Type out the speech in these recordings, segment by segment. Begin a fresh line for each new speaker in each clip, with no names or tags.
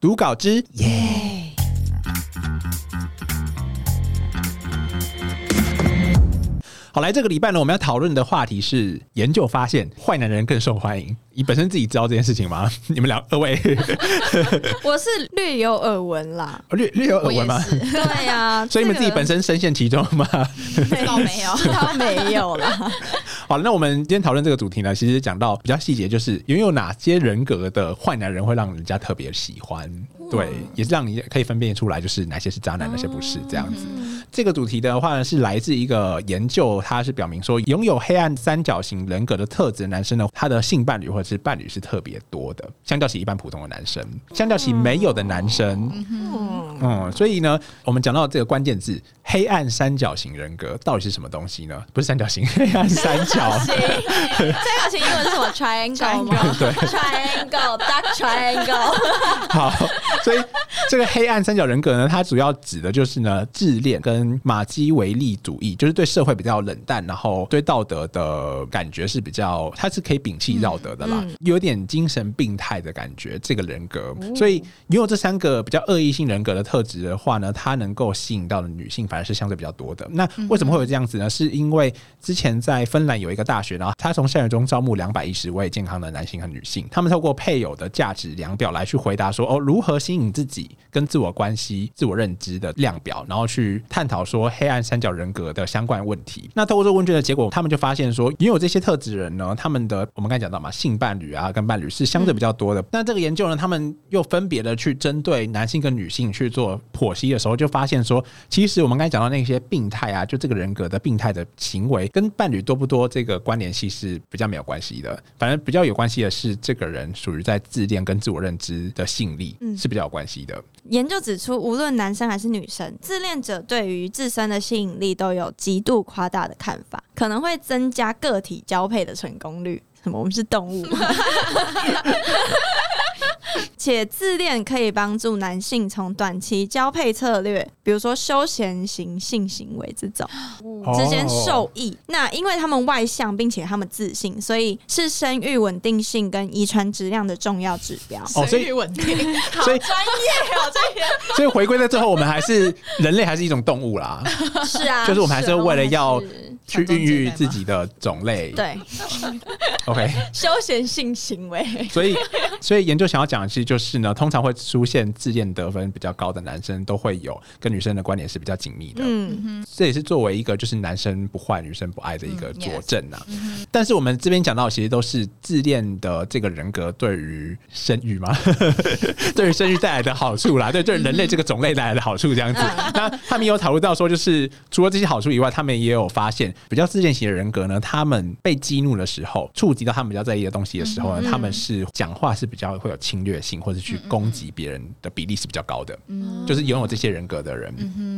读稿之
耶、
好来，这个礼拜呢，我们要讨论的话题是研究发现坏男人更受欢迎。你本身自己知道这件事情吗？你们两二位，
我是略有耳闻啦
哦略略有耳闻吗？
对 呀、
所以你们自己本身深陷其中吗？
身
倒没有
倒没有啦。
好，那我们今天讨论这个主题呢，其实讲到比较细节，就是拥有哪些人格的坏男人会让人家特别喜欢，对，也是让你可以分辨出来，就是哪些是渣男，哪些不是这样子。这个主题的话呢，是来自一个研究，它是表明说，拥有黑暗三角形人格的特质的男生呢，他的性伴侣或者是伴侣是特别多的，相较起一般普通的男生，相较起没有的男生，
嗯，
嗯，所以呢，我们讲到这个关键字“黑暗三角形人格”到底是什么东西呢？不是三角形， 黑暗三角。
三角形英文是什么？triangle 吗
对，
？triangle dark triangle。
好，所以这个黑暗三角人格呢，它主要指的就是呢，自恋跟马基维利主义，就是对社会比较冷淡，然后对道德的感觉是比较，它是可以摒弃道德的啦，有点精神病态的感觉。这个人格，所以拥有这三个比较恶意性人格的特质的话呢，它能够吸引到的女性反而是相对比较多的。那为什么会有这样子呢？是因为之前在芬兰有一个大学，然后他从校园中招募两百一十位健康的男性和女性，他们透过配偶的价值量表来去回答说，哦，如何吸引自己跟自我关系、自我认知的量表，然后去探讨说黑暗三角人格的相关问题。那透过这个问卷的结果，他们就发现说，拥有这些特质人呢，他们的我们刚才讲到嘛，性伴侣啊跟伴侣是相对比较多的。那这个研究呢，他们又分别的去针对男性跟女性去做剖析的时候，就发现说，其实我们刚才讲到那些病态啊，就这个人格的病态的行为，跟伴侣多不多这个关联系是比较没有关系的。反正比较有关系的是，这个人属于在自恋跟自我认知的吸引力是比较有关系的。
研究指出，无论男生还是女生，自恋者对于自身的吸引力都有极度夸大的看法，可能会增加个体交配的成功率。什么？我们是动物 吗？且自恋可以帮助男性从短期交配策略，比如说休闲型性行为这种，
哦
之间受益。那因为他们外向，并且他们自信，所以是生育稳定性跟遗传质量的重要指 标。
哦所以
生育稳定，好
所以
专业哦，这些
所以回归在最后，我们还是人类还是一种动物 啦，
是啊，
就是我们还是为了要
我们还是
去孕育自己的种类。
对
，OK。
休闲性行为。
所以， 所以研究想要讲的其实就是呢，通常会出现自恋得分比较高的男生，都会有跟女生的关联是比较紧密的。
嗯，
这也是作为一个就是男生不坏、女生不爱的一个
嗯
佐证啊。但是我们这边讲到，其实都是自恋的这个人格对于生育嘛， 对于生育带来的好处啦，对对人类这个种类带来的好处这样子。
嗯
那他们也有讨论到说，就是除了这些好处以外，他们也有发现，比较自恋型的人格呢，他们被激怒的时候，触及到他们比较在意的东西的时候
嗯
呢，他们是讲话是比较会有侵略性，或者去攻击别人的比例是比较高的。
嗯
就是嗯拥有这些人格的人，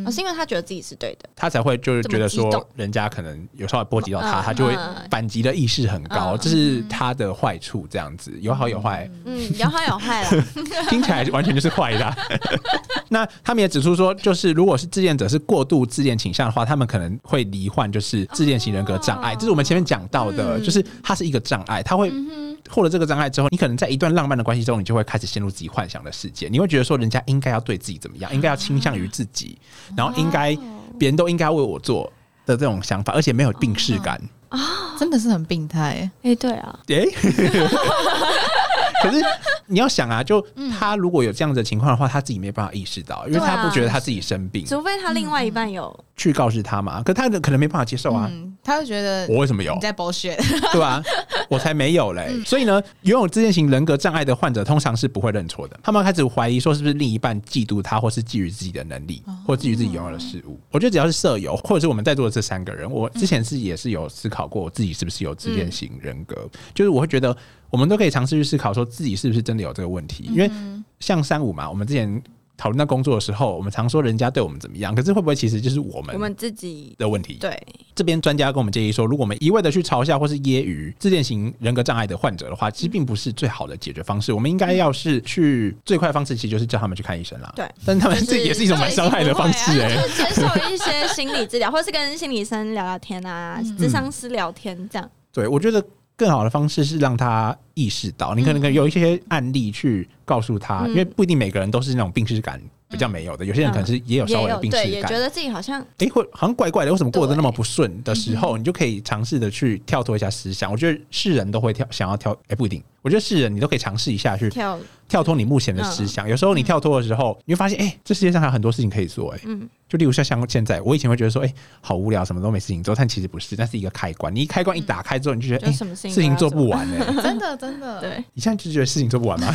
哦，是因为他觉得自己是对的，
他才会就是觉得
这
说
么激动，
人家可能有时候波及到他，
嗯
他就会
嗯
反击的意识很高，这是他的坏处。这样子有好有坏，
嗯，有好有坏 啦。
听起来完全就是坏的啊。 那他们也指出说，就是如果是自恋者是过度自恋倾向的话，他们可能会罹患就是自恋型人格障碍，
哦
这是我们前面讲到的，
嗯
就是它是一个障碍，它会。获得这个障碍之后，你可能在一段浪漫的关系中，你就会开始陷入自己幻想的世界。你会觉得说，人家应该要对自己怎么样，应该要倾向于自己，
嗯
然后哦应该
哦
别人都应该为我做的这种想法，而且没有病视感。
真的是很病态。
哎、对啊，
诶， 可是你要想啊，就他如果有这样子的情况的话，他自己没办法意识到，因为
对啊
他不觉得他自己生病，
除非他另外一半有，
去告知他嘛。可他可能没办法接受啊，
嗯，他会觉得
我为什么有
你？在 bullshit，
对吧、我才没有嘞。所以呢，拥有自恋型人格障碍的患者通常是不会认错的，他们开始怀疑说是不是另一半嫉妒他，或是觊觎自己的能力，或觊觎自己拥有的事物。我觉得只要是舍友，或者是我们在座的这三个人，我之前是也是有思考过我自己是不是有自恋型人格，就是我会觉得我们都可以尝试去思考说自己是不是真的有这个问题，因为像三五嘛，我们之前。讨论到工作的时候，我们常说人家对我们怎么样，可是会不会其实就是我们
我们自己
的问题？
对，
这边专家跟我们建议说，如果我们一味的去嘲笑或是揶揄自恋型人格障碍的患者的话，其实并不是最好的解决方式。我们应该要是去最快的方式，其实就是叫他们去看医生啦。
对，
但是他们
就是
这也是一种蛮伤害的方式哎、
就是 接受一些
嗯
心理治疗，或是跟心理医生聊聊天啊，智商师聊天这样。
对，我觉得更好的方式是让他意识到，你可能可能有一些案例去告诉他，
嗯
因为不一定每个人都是那种病耻感比较没有的，有些人可能是也有稍微的病耻
对，也
感
觉。得自己好像
诶，会好像怪怪的，为什么过得那么不顺的
嗯
时候，你就可以尝试的去跳脱一下思想。我觉得是人都会跳，想要跳，诶，不一定。我觉得是人，你都可以尝试一下去
跳，嗯
跳脱你目前的思想。有时候你跳脱的时候，你会发现，诶，这世界上还有很多事情可以做、诶。
嗯，
就例如像像现在，我以前会觉得说，哎、好无聊，什么都没事情做，但其实不是，那是一个开关。你一开关一打开之后，你就觉得，
嗯就
哎、
什么事情
事情做不
完，
完哎、
真的真的，，
对，
你现在就觉得事情做不完吗？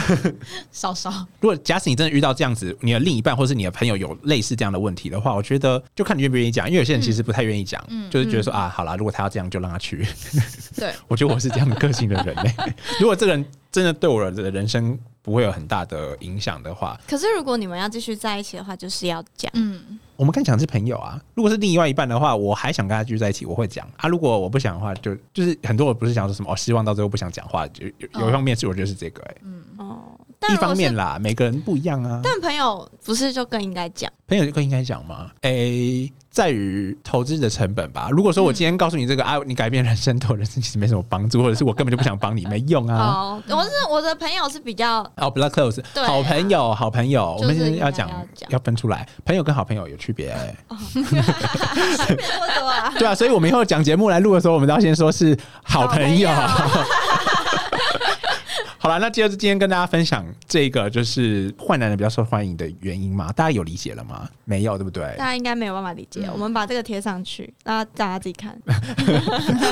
少少
如果假使你真的遇到这样子，你的另一半或是你的朋友有类似这样的问题的话，我觉得就看你愿不愿意讲，因为有些人其实不太愿意讲，
嗯
就是觉得说、啊，好啦，如果他要这样就让他去。
对，
我觉得我是这样的个性的人哎、如果这个人真的对我的人生不会有很大的影响的话，
可是如果你们要继续在一起的话，就是要讲。
嗯，
我们刚讲的是朋友啊，如果是另外一半的话，我还想跟他继续在一起，我会讲啊。如果我不想的话，就就是很多我不是想说什么哦，希望到最后不想讲话，有有
哦
有一方面是我觉得是这个、欸，
哦，
哎，
但
一
如果
方
是
面啦，每个人不一样啊。
但朋友不是就更应该讲？
朋友就更应该讲嘛，哎、在于投资的成本吧。如果说
嗯
我今天告诉你这个、啊，你改变人生对我人生其实没什么帮助，或者是我根本就不想帮你，没用 啊。
哦，我是我的朋友是比较
哦、b l o c k close，、
对啊
好朋友，好朋友，
就是
我们现在要
应该要
讲
讲
要分出来，朋友跟好朋友有区别、欸。。
差别多多啊
对啊，所以我们以后讲节目来录的时候，我们都要先说是好朋友。
好
好了，那就是今天跟大家分享这个，就是坏男人比较受欢迎的原因嘛，大家有理解了吗？没有，对不对
大？家应该没有办法理解，
嗯
我们把这个贴上去，让大家自己看。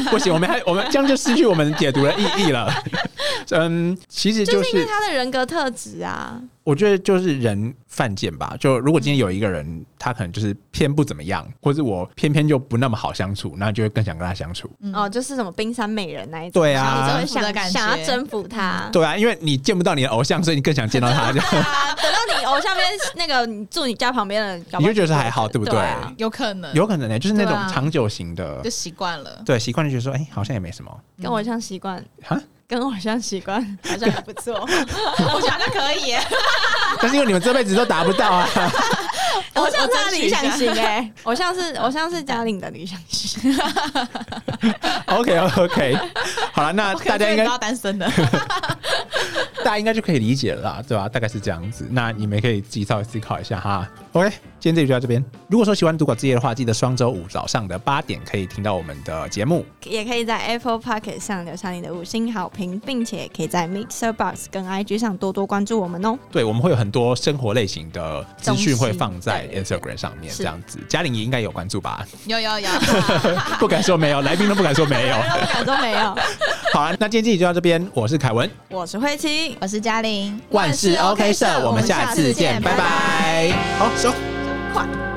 不行，我们还我们这样就失去我们解读的意义了。嗯，其实
就
就是
因为
是
他的人格特质啊，
我觉得就是人犯贱吧。就如果今天有一个人，他可能就是偏不怎么样，或者我偏偏就不那么好相处，那就会更想跟他相处。
嗯
哦，就是什么冰山美人那一种，
对
然后
啊
就会
征服的
想
感觉
想要征服他。
对啊，因为你见不到你的偶像，所以你更想见到他。就
啊，等到你偶像边那个你住你家旁边的人，搞不好
你就觉得还好对不对
啊
有可能
有可能呢、就是那种
对啊
长久型的，
就习惯了，
对习惯就觉得说，哎、好像也没什么
跟偶像习惯，
哈。
跟偶像习惯 好像也不错。
我想就可以耶，
但是因为你们这辈子都达不到啊，
偶像是他
我
的
争取
理
一下
想型哎、偶像是偶像是嘉玲的理想型。
OK OK，好了，那
我
啊大
可能
家应该
真的不知道单 身的，
大家应该就可以理解了啦，对吧、大概是这样子。那你们也可以自己稍微思考一下哈。OK，今天这集就到这边。如果说喜欢读稿之夜的话，记得双周五早上的八点可以听到我们的节目。
也可以在 Apple Pocket 上留下你的五星好评，并且可以在 Mixer Box 跟 IG 上多多关注我们哦。
对，我们会有很多生活类型的资讯会放在
东
Instagram 上面，
是
这样子。嘉玲也应该有关注吧？
有 有有，
不敢说没有，来宾都不敢说没 有。
我感都没有。
好啊，那今天这集就到这边。我是凯文，
我是慧琪，
我是嘉玲。
万事 OK 社，我们下次见，拜拜。好，收。
快。